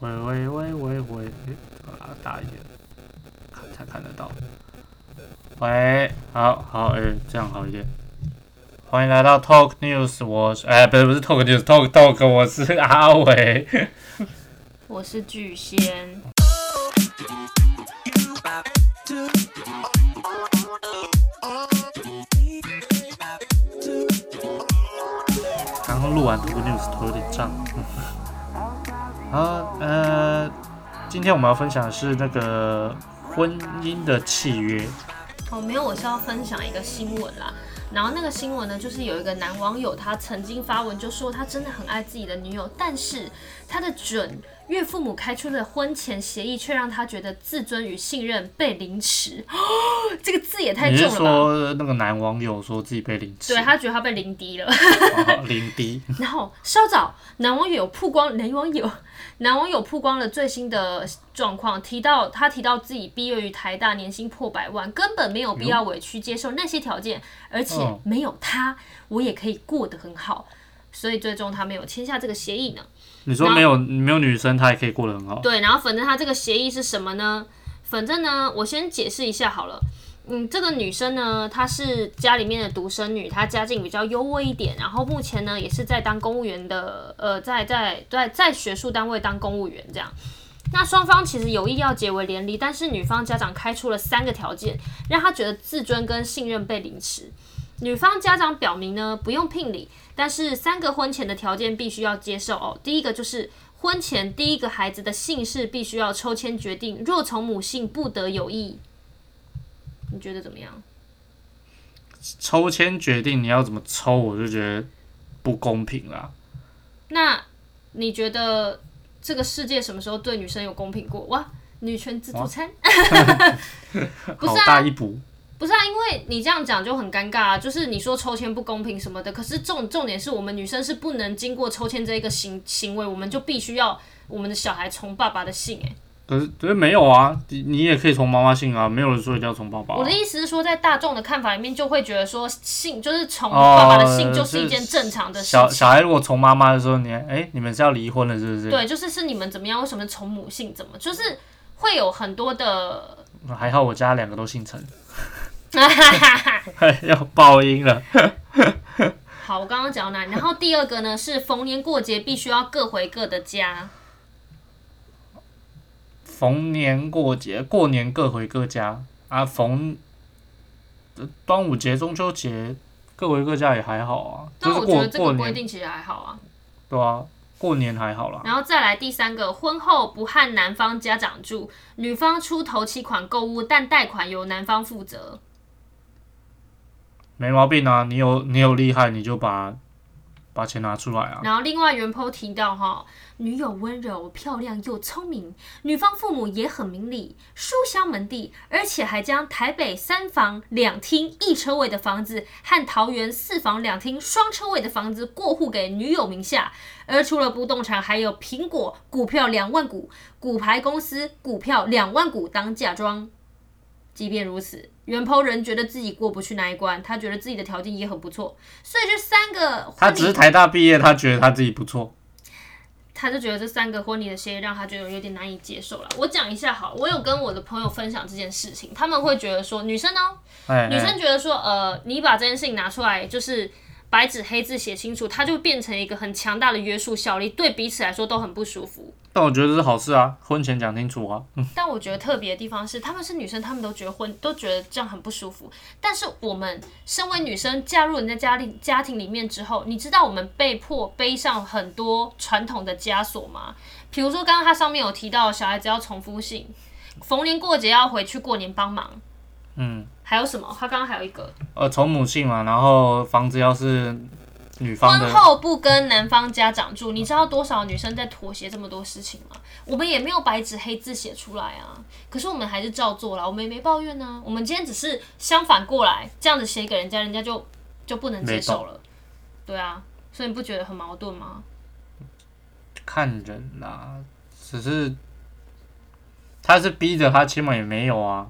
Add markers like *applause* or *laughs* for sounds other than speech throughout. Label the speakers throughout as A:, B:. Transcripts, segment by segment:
A: 喂喂喂喂喂，把它大一点，看才看得到。喂，好好，哎、这样好一点。欢迎来到 Talk News，我是哎、不是不是 Talk News，Talk Talk，我是阿伟。
B: 我是巨仙，
A: 刚刚录完 Talk News 头有点胀。好，呃，今天我们要分享的是那个婚姻的契约。
B: 哦，没有，我是要分享一个新闻啦。然后那个新闻呢，就是有一个男网友，他曾经发文就说他真的很爱自己的女友，但是他的准岳父母开出的婚前协议却让他觉得自尊与信任被凌迟。哦，这个字也太
A: 你是
B: 重了吧？
A: 说那个男网友说自己被凌迟？
B: 对他觉得他被凌敌了。
A: 哦，凌敌。
B: 然后稍早，男网友曝光，男网友，男网友曝光了最新的状况，提到他提到自己毕业于台大，年薪破百万，根本没有必要委屈接受那些条件，而且
A: 哦
B: 没有他，我也可以过得很好。所以最终他没有签下这个协议呢。
A: *laughs* 你说没有没有女生，她也可以过得很好。
B: 对，然后反正他这个协议是什么呢？反正呢，我先解释一下好了。嗯，这个女生呢，她是家里面的独生女，她家境比较优渥一点，然后目前呢也是在当公务员的，呃，在在在在学术单位当公务员这样。那双方其实有意要结为连理，但是女方家长开出了三个条件，让她觉得自尊跟信任被凌迟。女方家长表明呢，不用聘礼，但是三个婚前的条件必须要接受哦。第一个就是婚前第一个孩子的姓氏必须要抽签决定，若从母姓不得有异。你觉得怎么样？
A: 抽签决定你要怎么抽，我就觉得不公平啦。
B: 那你觉得这个世界什么时候对女生有公平过？哇，女权自助餐？不
A: 好
B: 是啊
A: 大，一补，
B: 不是啊，因为你这样讲就很尴尬啊。就是你说抽签不公平什么的，可是重重点是我们女生是不能经过抽签这一个行行为，我们就必须要我们的小孩从爸爸的姓、欸。
A: 可是可是没有啊，你你也可以从妈妈姓啊，没有人说一定要从爸爸、啊。
B: 我的意思是说，在大众的看法里面，就会觉得说姓就是从爸爸的姓
A: 哦
B: 就是一件正常的事
A: 小
B: 情。
A: 小孩如果从妈妈的时候，你哎、你们是要离婚了是不是？
B: 对，就是是你们怎么样，为什么从母姓怎么，就是会有很
A: *laughs*
B: 多的，
A: 还好我家两个都姓陈， *laughs* 要爆音了。
B: 好，我刚刚讲到哪里？然后第二个呢是逢年过节必须要各回各的家，
A: 逢年过节，过年各回各家啊。逢呃端午节、中秋节各回各家也还好啊，就
B: 但
A: 是
B: 我觉
A: 过
B: 得这
A: 过
B: 个规
A: 年
B: 定其实还好啊。
A: 对啊，过年还好啦。
B: 然后再来第三个，婚后不和男方家长住，女方出头期款购物，但贷款由男方负责。
A: 没毛病啊，你有你有厉害，你就把把钱拿出来啊。
B: 然后另外原 po 提到哈，女友温柔、漂亮又聪明，女方父母也很明理，书香门第，而且还将台北三房两厅一车位的房子和桃园四房两厅双车位的房子过户给女友名下。而除了不动产，还有苹果股票两万股、股牌公司股票两万股当嫁妆。即便如此，原 po 人觉得自己过不去那一关，他觉得自己的条件也很不错，所以这三个
A: 他
B: 婚礼
A: 只是台大毕业，他觉得他自己不错。
B: 他就觉得这三个婚礼的协议让他觉得有点难以接受了。我讲一下好，我有跟我的朋友分享这件事情，他们会觉得说，女生哦、
A: 哎，
B: 女
A: 哎
B: 生觉得说，呃，你把这件事情拿出来，就是白纸黑字写清楚，它就变成一个很强大的约束效力，对彼此来说都很不舒服。
A: 但我觉得这是好事啊，婚前讲清楚啊。
B: 但我觉得特别的地方是，他们是女生，他们都觉得婚都觉得这样很不舒服。但是我们身为女生，嫁入人家家里家庭里面之后，你知道我们被迫背上很多传统的枷锁吗？比如说刚刚他上面有提到，小孩子要重复性，逢年过节要回去过年帮忙，
A: 嗯，
B: 还有什么？他刚刚还有一个，
A: 呃，从母姓嘛，然后房子要是女方
B: 婚
A: 的，
B: 后不跟男方家长住，你知道多少女生在妥协这么多事情吗？我们也没有白纸黑字写出来啊，可是我们还是照做了，我们也没抱怨呢、我们今天只是相反过来，这样子写给人家，人家就就不能接受了。对啊，所以你不觉得很矛盾吗？
A: 看人啦、只是他是逼着他签嘛，也没有啊。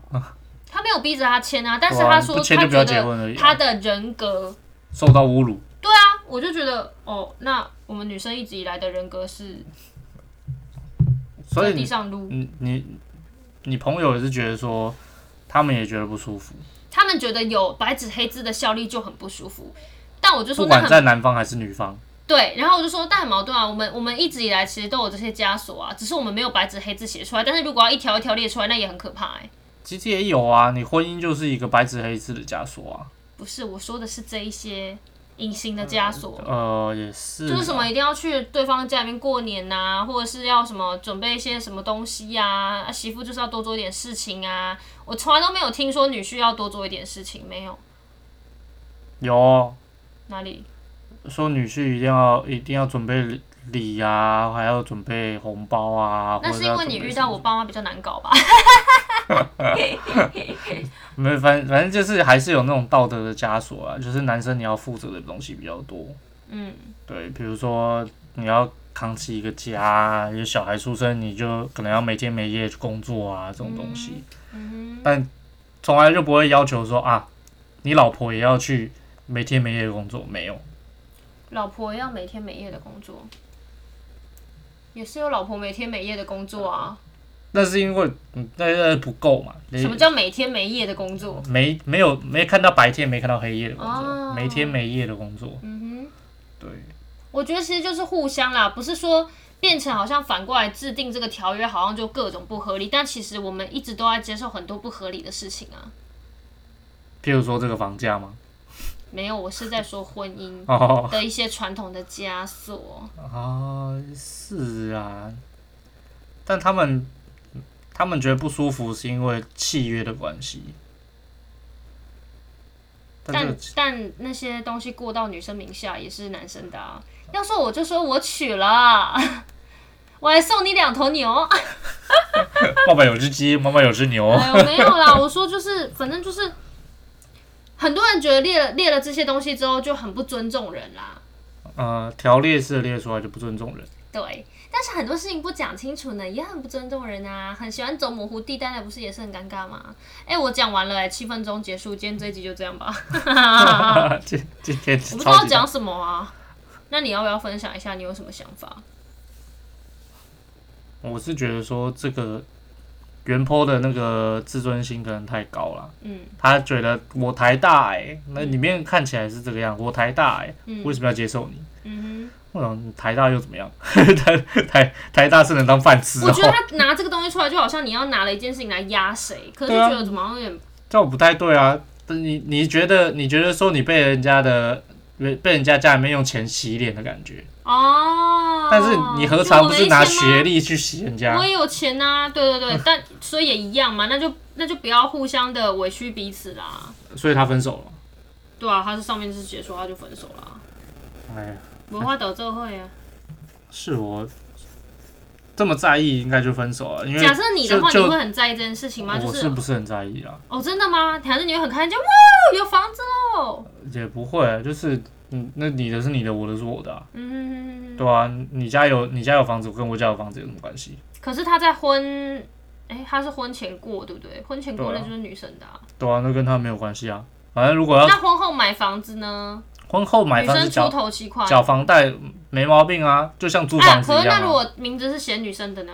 B: 他没有逼着他签啊，但是
A: 对啊
B: 他
A: 你
B: 说
A: 不签
B: 他
A: 就不要
B: 觉
A: 结婚而
B: 得
A: 已啊
B: 他的人格，
A: 受到侮辱，
B: 对啊，我就觉得哦，那我们女生一直以来的人格是
A: 所
B: 在
A: 以
B: 地
A: 你
B: 上撸。
A: 你你你朋友也是觉得说，他们也觉得不舒服，
B: 他们觉得有白纸黑字的效力就很不舒服，但我就
A: 不
B: 说那
A: 管
B: 很
A: 在男方还是女方，
B: 对，然后我就说，但很矛盾啊，我们我们一直以来其实都有这些枷锁啊，只是我们没有白纸黑字写出来。但是如果要一条一条列出来，那也很可怕哎、
A: 其实也有啊。你婚姻就是一个白纸黑字的枷锁啊。
B: 不是，我说的是这一些隐形的枷锁，啊
A: 呃，也是，
B: 就是什么一定要去对方家里面过年呐、或者是要什么准备一些什么东西呀、啊，媳妇就是要多做一点事情啊。我从来都没有听说女婿要多做一点事情，没有
A: 有啊
B: 哪里？
A: 说女婿一定要一定要准备礼礼啊，还要准备红包啊。
B: 那
A: 或者
B: 是
A: 要
B: 因为
A: 准
B: 你
A: 备
B: 遇
A: 什
B: 到
A: 么
B: 我爸妈比较难搞吧？
A: 没有，反反正就是还是有那种道德的枷锁啊，就是男生你要负责的东西比较多。
B: *laughs* 嗯，
A: 对，比如说你要扛起一个家，有小孩出生，你就可能要每天每夜去工作啊，这种东西。
B: 嗯
A: 但从来就不会要求说啊，你老婆也要去每天每夜工作，没有。
B: 老婆要每天每夜的工作，也是有老婆每天每夜的工作啊。
A: 那是因为嗯，那那不够嘛？你
B: 什么叫每天每夜的工作？
A: 没没有没看到白天，没看到黑夜的工作，
B: 哦
A: 每天每夜的工作。
B: 嗯
A: 对，
B: 哼，我觉得其实就是互相啦，不是说变成好像反过来制定这个条约，好像就各种不合理。但其实我们一直都在接受很多不合理的事情啊。
A: 譬如说这个房价嘛。
B: 没有，我是在说婚姻
A: 哦 *laughs*
B: 的一些传统的枷锁。
A: 啊，是啊，但他们他们觉得不舒服是因为契约的关系。但这
B: 但
A: 个 *laughs*
B: 但那些东西过到女生名下也是男生的啊。要说我就说我娶了，啊 *laughs* 我还送你两头牛。
A: 爸爸有只鸡，妈妈有只牛。
B: 哎呦，没有
A: *laughs*
B: 啦，我说就是，反正就是，很多人觉得列了列了这些东西之后就很不尊重人啦。
A: 呃，条列式的列出来就不尊重人。
B: 对，但是很多事情不讲清楚呢，也很不尊重人啊。很喜欢走模糊地带的，不是也是很尴尬吗？哎、我讲完了、哎，七分钟结束，今天这一集就这
A: *laughs*
B: 样吧。
A: 今今天
B: 我不知
A: 超
B: 道
A: 级大
B: 讲什么啊。那你要不要分享一下你有什么想法？
A: 我是觉得说这个原坡的那个自尊心可能太高了。
B: 嗯
A: 他觉得我台大哎、那里面看起来是这个样，我台大哎、
B: 嗯
A: 为什么要接受你？
B: 嗯
A: 我想台大又怎么样？ *laughs* 台台台大是能当饭吃
B: 哼，
A: 哦、
B: 我觉得他拿这个东西出来，就好像你要拿了一件事情来压谁，可是就
A: 对啊
B: 觉得怎么好像有点
A: *laughs* 这样不太对啊。但你你觉得你觉得说你被人家的被被人家家里面用钱洗脸的感觉，
B: 哦。
A: 但是你何尝不是拿
B: 就我没钱吗
A: 学历去洗人家
B: 哦我？也有钱呐、对对
A: 嗯
B: 对，但所以也一样嘛，那就那就不要互相的委屈彼此啦。
A: 所以他分手了。
B: 对啊，他是上面是解说他就分手啦，
A: 哎呀，
B: 文化导致会啊。
A: 是我这么在意，应该就分手了。因为
B: 假设你的话，你
A: 嗯就就
B: 会很在意这件事情吗？就
A: 我
B: 是
A: 是不是很在意啊？
B: 哦，真的吗？还是你会很开心，就哇有房子哦喽？
A: 也不会，就是嗯，那你的是你的，我的是我的、啊，
B: 嗯，
A: 对啊，你家有你家有房子，跟我家有房子有什么关系？
B: 可是他在婚，哎、他是婚前过对不对？婚前过
A: 对
B: 那
A: 啊
B: 就是女生的、啊。
A: 对啊，那跟他没有关系啊。反正如果要
B: 那婚后买房子呢？
A: 婚后买
B: 女
A: 房子
B: 生
A: 交
B: 出头期款。
A: 缴房贷没毛病啊，就像租
B: 啊，
A: 房子
B: 可
A: 一
B: 是那
A: 样、
B: 如
A: 啊，
B: 果名字是写女生的呢？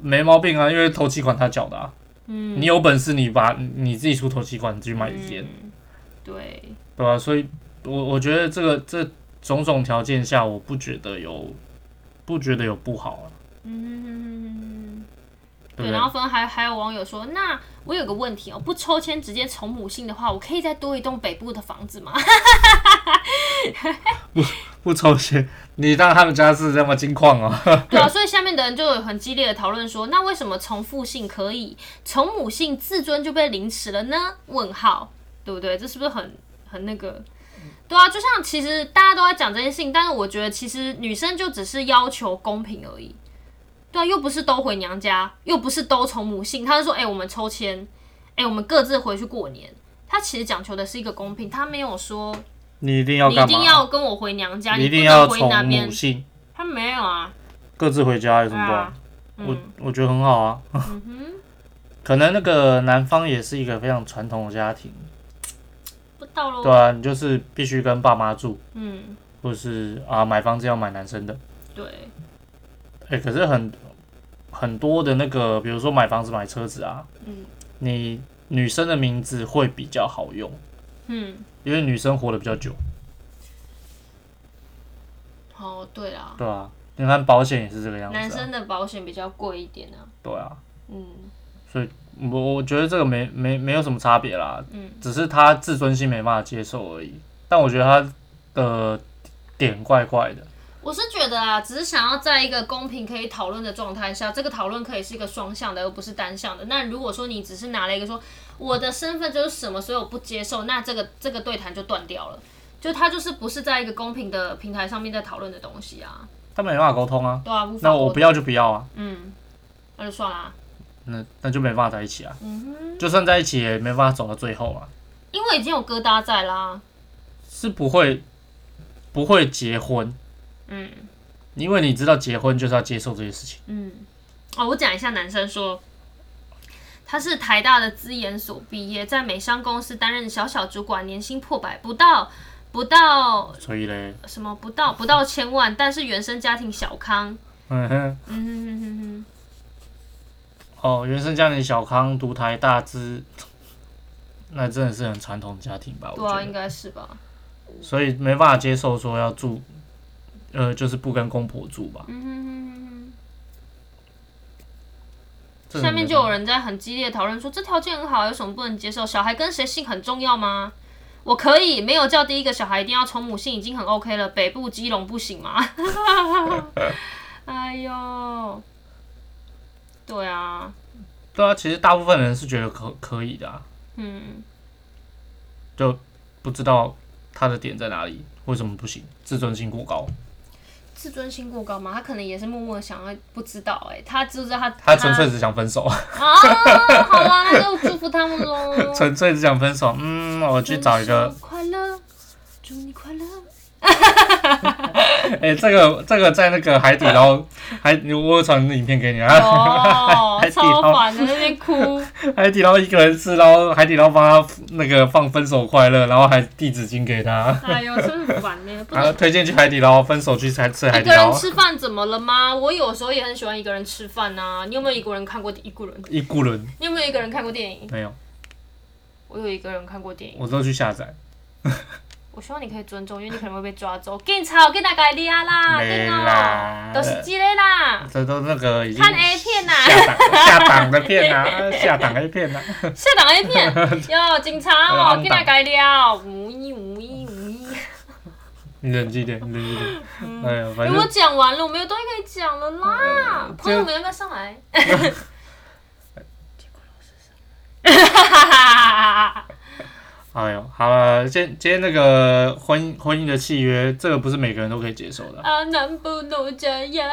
A: 没毛病啊，因为头期款他缴的啊。
B: 嗯，
A: 你有本事你把你自己出头期款你去买一间，
B: 嗯对，
A: 对吧、所以我我觉得这个这种种条件下，我不觉得有不觉得有不好啊，
B: 嗯，
A: 对
B: 对。
A: 不对
B: 然？后分还还有网友说，那我有个问题哦，不抽签直接从母姓的话，我可以再多一栋北部的房子吗？
A: 不抽签，你当他们家是这么金矿哦？
B: 对啊，所以下面的人就有很激烈的讨论说，那为什么从父姓可以，从母姓自尊就被凌迟了呢？问号，对不对？这是不是很很那个？对啊，就像其实大家都在讲这件事情，但是我觉得其实女生就只是要求公平而已。对啊，又不是都回娘家，又不是都从母姓，他是说，哎、我们抽签，哎、我们各自回去过年。他其实讲求的是一个公平，他没有说
A: 你一定要
B: 你一
A: 干嘛？
B: 定要跟我回娘家，
A: 你
B: 你
A: 一
B: 不
A: 定要
B: 能回
A: 从
B: 那边
A: 母。性
B: 他没有啊，
A: 各自回家有什么不好？
B: 啊嗯
A: 我我觉得很好啊。 *laughs* 可能那个男方也是一个非常传统的家庭，
B: 不到喽。
A: 对啊，你就是必须跟爸妈住，
B: 嗯，
A: 或是啊买房子要买男生的。
B: 对，
A: 哎、可是很很多的那个，比如说买房子、买车子啊，
B: 嗯
A: 你女生的名字会比较好用，
B: 嗯，
A: 因为女生活得比较久，
B: 哦，对啦，
A: 对啊，你看保险也是这个样子、啊，
B: 男生的保险比较贵一点啊，
A: 对啊，
B: 嗯
A: 我我觉得这个没没没有什么差别啦，
B: 嗯，
A: 只是他自尊心没办法接受而已。但我觉得他的点怪怪的，
B: 我是觉得啊，只是想要在一个公平可以讨论的状态下，这个讨论可以是一个双向的，而不是单向的。那如果说你只是拿了一个说我的身份就是什么，所以我不接受，那这个这个对谈就断掉了。就他就是不是在一个公平的平台上面在讨论的东西啊，
A: 他没办法沟通啊。
B: 对啊，无法
A: 那我
B: 沟
A: 不要就不要啊，
B: 嗯，那就算啦、
A: 那那就没办法在一起啊。
B: 嗯哼，
A: 就算在一起也没办法走到最后啊，
B: 因为已经有疙瘩在啦，
A: 是不会不会结婚，
B: 嗯。
A: 因为你知道结婚就是要接受这些事情。
B: 嗯，哦，我讲一下男生说，他是台大的资研所毕业，在美商公司担任小小主管，年薪破百，不到不到
A: 所以嘞， *laughs*
B: 什么不到不到千万，但是原生家庭小康，
A: 嗯哼，
B: 嗯哼哼哼哼，
A: 哦，原生家庭小康独台大资，那真的是很传统家庭吧？我
B: 对
A: 觉
B: 啊，
A: 得。
B: 应该是吧，
A: 所以没办法接受说要住，呃，就是不跟公婆住吧。
B: 嗯哼哼哼哼。
A: 这个
B: 下面
A: 没
B: 就有人在很激烈地讨论说，这条件很好，有什么不能接受？小孩跟谁姓很重要吗？我可以没有叫第一个小孩一定要从母姓，已经很 OK 了。北部基隆不行吗？ *laughs* 哎呦，对啊，
A: 对啊，其实大部分人是觉得可可以的、啊，
B: 嗯，
A: 就不知道他的点在哪里，为什么不行？自尊心过高，
B: 自尊心过高嘛，他可能也是默默地想要不知道哎、他知不知道他
A: 他纯粹只想分手，
B: 啊，好啦，那就祝福他们
A: *laughs*
B: 喽。
A: 纯粹只想分手。嗯，我去找一个
B: 分，手快乐，祝你快乐。
A: 哎、这个这个在那个海底捞，海我有传影片给你啊，*laughs*
B: 哦
A: 还，挺
B: 超
A: 好
B: 烦的那边哭。
A: 海底捞一个人吃，然后海底捞帮他那个放分手快乐，然后还递纸巾给他，
B: 哎呦，真的很烦呢、不
A: 啊，
B: 能
A: 推荐去海底捞，分手去才吃海
B: 一
A: 底
B: 个人
A: 捞，
B: 吃饭怎么了吗？我有时候也很喜欢一个人吃饭呐、你有没有一个人看过一个人？
A: 一股轮
B: 你有没有一个人看过电影？
A: 没有。
B: 我有一个人看过电影。
A: 我都去下载，
B: 我希望你可以尊重，因为你可能会被抓走。警察，我给大家抓啦，
A: 没
B: 对
A: 啦
B: 哦，都是这个啦。
A: 这都那个已经
B: 看 A 片啊
A: 下
B: 呐、
A: 档下档的片
B: *laughs*
A: 啊，下档 A 片啊，
B: 下档 A 片。哟，警察
A: 哎
B: 哦，
A: 呀
B: 给大家抓，无一无一无一。
A: 你冷静一点，你冷静一点。哎呀，
B: 哎
A: 反
B: 我
A: 正
B: 讲完了，我没有东西可以讲了啦。朋友们要不要上来？
A: 哎呦，好了，今今天那个婚婚姻的契约，这个不是每个人都可以接受的。
B: 啊，能不能这样？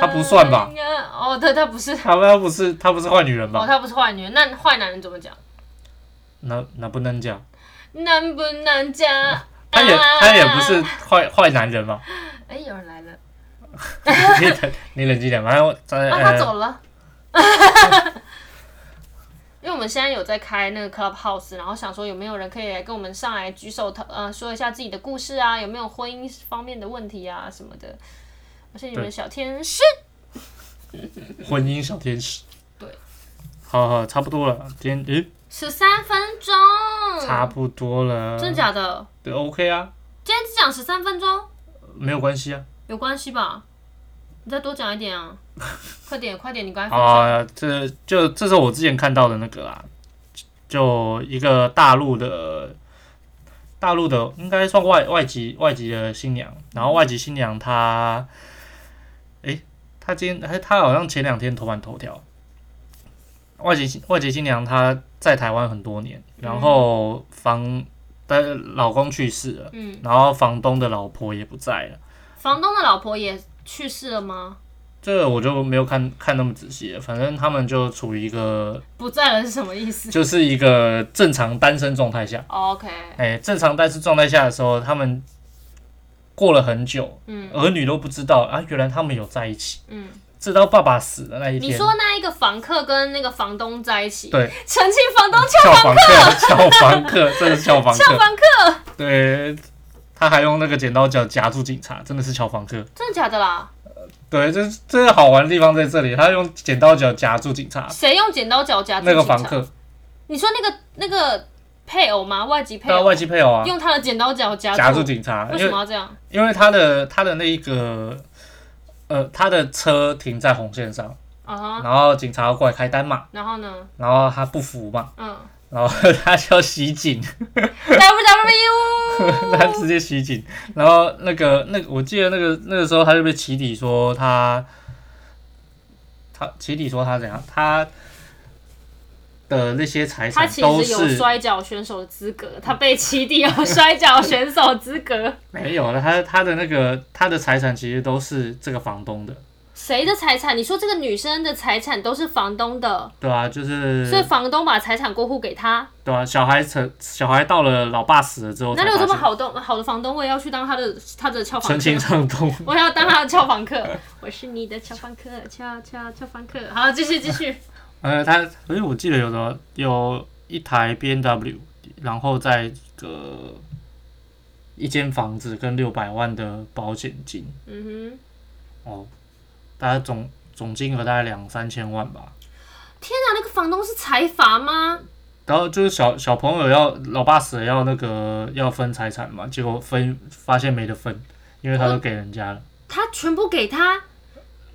A: 他不算吧？
B: 哦，他他不是，
A: 他他不是他不是坏女人
B: 哦，
A: 吧？
B: 他不是坏女人，那坏男人怎么讲？
A: 那那不能讲，
B: 能不能讲？
A: 他也
B: 啊
A: 他也不是。坏坏男人嘛。
B: 哎，有人来了，
A: 你冷你冷静一点，反正我在
B: 啊，他走
A: 呃，
B: 了。 *laughs* 因为我们现在有在开那个 Clubhouse，然后想说有没有人可以来跟我们上来举手，呃，说一下自己的故事啊，有没有婚姻方面的问题啊什么的。我是你们的
A: 对
B: 小天使。
A: 婚姻小天使。
B: 对，
A: 好好，差不多了，今天诶、
B: 十三分钟，嗯
A: 差不多了，
B: 真假的？
A: 对 OK 啊，
B: 今天只讲十三分钟，
A: 没有关系啊。
B: 有关系吧？你再多讲一点啊！快点，快点，你赶快分享。
A: 啊，这就这是我之前看到的那个啊，就一个大陆的大陆的应该算外外籍外籍的新娘，然后外籍新娘她，诶，她今天她她好像前两天头版头条，外籍新外籍新娘她在台湾很多年，然后房的老公去世了，
B: 嗯，
A: 然后房东的老婆也不在了。
B: 房东的老婆也去世了吗？
A: 这个我就没有看看那么仔细了，反正他们就处于一个
B: 不在了是什么意 *laughs* 思哦
A: 就是一个正常单身状态下，
B: ？OK，
A: 哎、正常单身状态下的时候，他们过了很久，
B: 嗯
A: 儿女都不知道啊，原来他们有在一起，
B: 嗯，
A: 直到爸爸死的那一天，
B: 你说那一个房客跟那个房东在一起，
A: 对，
B: 澄清房东
A: 撬房客， *laughs* 撬房客，真的是撬房
B: 撬
A: 客，
B: 房客，
A: 对，他还用那个剪刀脚夹住警察，真的是撬房客，
B: 真的假的啦？
A: 对，这这好玩的地方在这里，他用剪刀脚夹住警察，
B: 谁用剪刀脚夹住
A: 啊那个
B: 警察
A: 房？客，
B: 你说那个那个配偶吗？外籍配
A: 对啊，
B: 偶？
A: 外籍配偶啊，
B: 用他的剪刀脚夹
A: 夹住警察，
B: 为
A: 因
B: 什
A: 为
B: 么要这样？
A: 因为他的他的那一个，呃，他的车停在红线上，
B: 啊哈，
A: 然后警察要过来开单嘛，
B: 然后呢？
A: 然后他不服嘛， *laughs*
B: 嗯
A: 然后他就袭警， *laughs*
B: ，W W U，
A: 他直接袭警，然后那个那个，我记得那个那个时候他就被起底说他，他起底说他怎样，他的那些财
B: 他
A: 产
B: 其
A: 都
B: 实有
A: 是
B: 摔跤选手的资格，他被起底有摔跤选手资格。
A: 没有了，他他的那个他的财产其实都是这个房东的，
B: 谁的财产？你说这个女生的财产都是房东的，
A: 对啊，就是
B: 所以房东把财产过户给他。
A: 对啊，小孩成小孩到了老爸死了之后才
B: 哪
A: 发
B: 里
A: 现，
B: 有这么好东好的房东？我也要去当他的他的俏
A: 纯
B: 房客
A: 情，上动，
B: *laughs* 我要当他的俏房客。我是你的俏房客，俏俏俏房客。好，继续继续。
A: 呃，他因为我记得有的有一台 B N W，然后在这个一间房子跟六百万的保险金
B: 嗯
A: 哦，大概总总金额大概两三千万吧。
B: 哼，天哪，那个房东是财阀吗？
A: 然后就是小小朋友要老爸死了要那个要分财产嘛，结果分发现没得分，因为他都给人家了，
B: 他全部给他，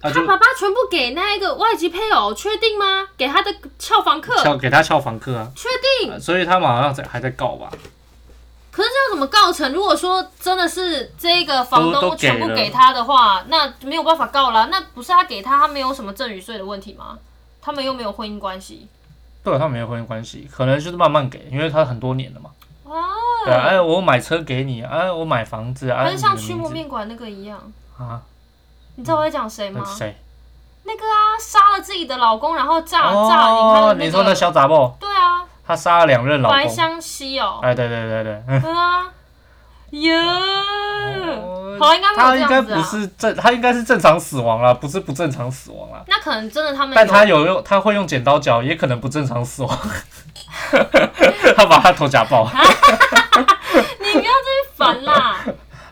A: 他
B: 他
A: 就
B: 爸爸全部给那一个外籍配偶，确定吗？给他的俏房客，
A: 撬给他撬房客啊，
B: 确定？
A: 呃所以他们好像在还在告吧。
B: 可是这样怎么告成？如果说真的是这个房
A: 都
B: 东
A: 都给了
B: 全部给他的话，那没有办法告啦。那不是他给他，他没有什么赠与税的问题吗？他们又没有婚姻关系。
A: 对他没有婚姻关系，可能就是慢慢给，因为他很多年了嘛。
B: 哦，
A: 对啊，哎，我买车给你，哎，我买房子，哎，
B: 还
A: 你
B: 是
A: 的
B: 像驱
A: 名
B: 魔
A: 字
B: 面馆那个一样。
A: 啊，
B: 你知道我在讲谁
A: 那
B: 吗？
A: 谁？
B: 那个啊，杀了自己的老公，然后炸、炸领他
A: 哦
B: 的，那
A: 你
B: 个。
A: 说那小杂货，
B: 对啊，
A: 他杀了两任老
B: 白
A: 公。
B: 湘西哦。
A: 哎，对对对对。*laughs*
B: 对啊。哟，嗯好
A: 哦
B: 像应该
A: 他
B: 没有
A: 应
B: 这
A: 该
B: 样子
A: 不
B: 啊。
A: 是正，他应该是正常死亡啦，不是不正常死亡啦。
B: 那可能真的他们
A: 但他
B: 有
A: 有用，他会用剪刀脚，也可能不正常死亡。 *laughs* 他把他头夹爆。
B: 啊你不要再烦啦。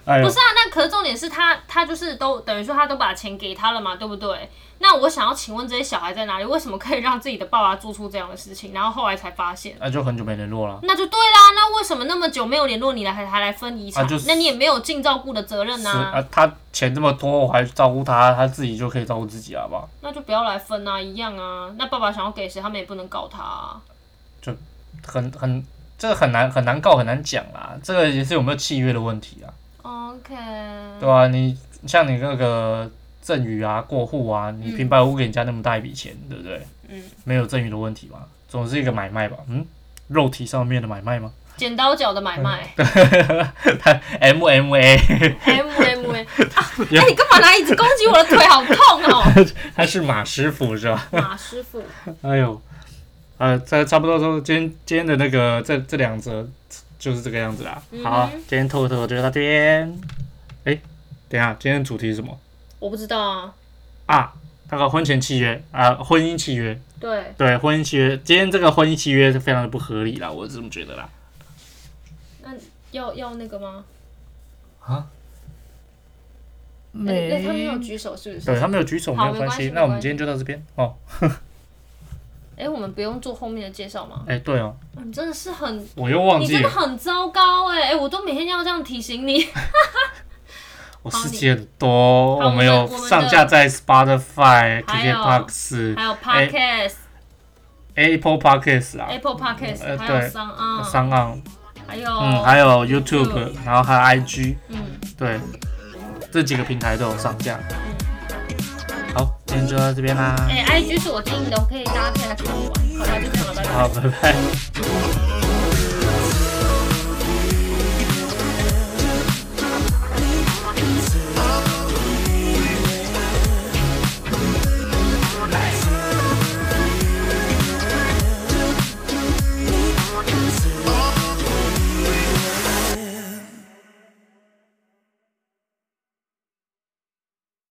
A: 哎
B: 不
A: 呦
B: 是，啊，那可是重点是他，他就是都等于说他都把钱给他了嘛，对不对？那我想要请问这些小孩在哪里？为什么可以让自己的爸爸做出这样的事情？然后后来才发现，
A: 那就很久没联络了。
B: 那就对啦。那为什么那么久没有联络你了，还还来分遗
A: 啊
B: 产？
A: 就是
B: 那你也没有尽照顾的责任
A: 是
B: 呐、
A: 啊，他钱这么多，我还照顾他，他自己就可以照顾自己，好不好？
B: 那就不要来分啊，一样啊。那爸爸想要给谁，他们也不能搞他、啊。
A: 很很，这个很难很难告，很难讲啦。这个也是有没有契约的问题啊，
B: OK，嗯
A: 对吧、你像你那个赠与啊、过户啊，你平白无故给人家那么大一笔钱，对不对？
B: 嗯，
A: 没有赠与的问题嘛，总是一个买卖吧？嗯，肉体上面的买卖吗
B: 剪刀脚的买卖
A: ？MMA，
B: ，M M *laughs* A。啊哎、你干嘛拿椅子攻击我的腿？好痛哦，
A: *laughs*
B: *laughs*
A: 他是马师傅是吧？
B: 马师傅。
A: 哎呦，呃，差差不多都今天今天的那个这这两则就是这个样子啦。
B: 嗯哼
A: 好啊，今天透透就到这边。哎、等一下，今天主题是什么？
B: 我不知道啊，
A: 啊，那个婚前契约啊、婚姻契约，
B: 对。
A: 对，婚姻契约，今天这个婚姻契约是非常的不合理啦，我是这么觉得啦。
B: 那要要那个吗？
A: 啊，
B: 那哎那他们有举手是不是？
A: 对他没有举手，没
B: 好
A: 有关
B: 没关系
A: 那我们
B: 没关系
A: 今天就到这边哦。
B: 哎、我们不用做后面的介绍吗？
A: 哎、对哦，
B: 哇你真的是很，
A: 我又忘
B: 嗯你
A: 记
B: 真的
A: 了，
B: 很糟糕哎、哎、我都每天要这样提醒你。 *laughs*
A: 我世界很多，
B: 好
A: 我们
B: 我
A: 有
B: 们我们的
A: 上架在 Spotify、
B: 还有
A: KKBox、
B: 还有
A: 哎
B: Podcast、
A: Apple Podcasts 啊，
B: Apple Podcast，、
A: 呃
B: 还有
A: 对
B: 商啊，
A: 上岸，
B: 还有
A: 嗯，还有 YouTube，然后还有 IG，
B: 嗯
A: 对，这几个平台都有上架。好，今天就到这边啦。
B: 哎哎、i g 是我经营的，我可以大家可以来看我玩。好了，就这样了，拜拜。
A: 好，拜拜。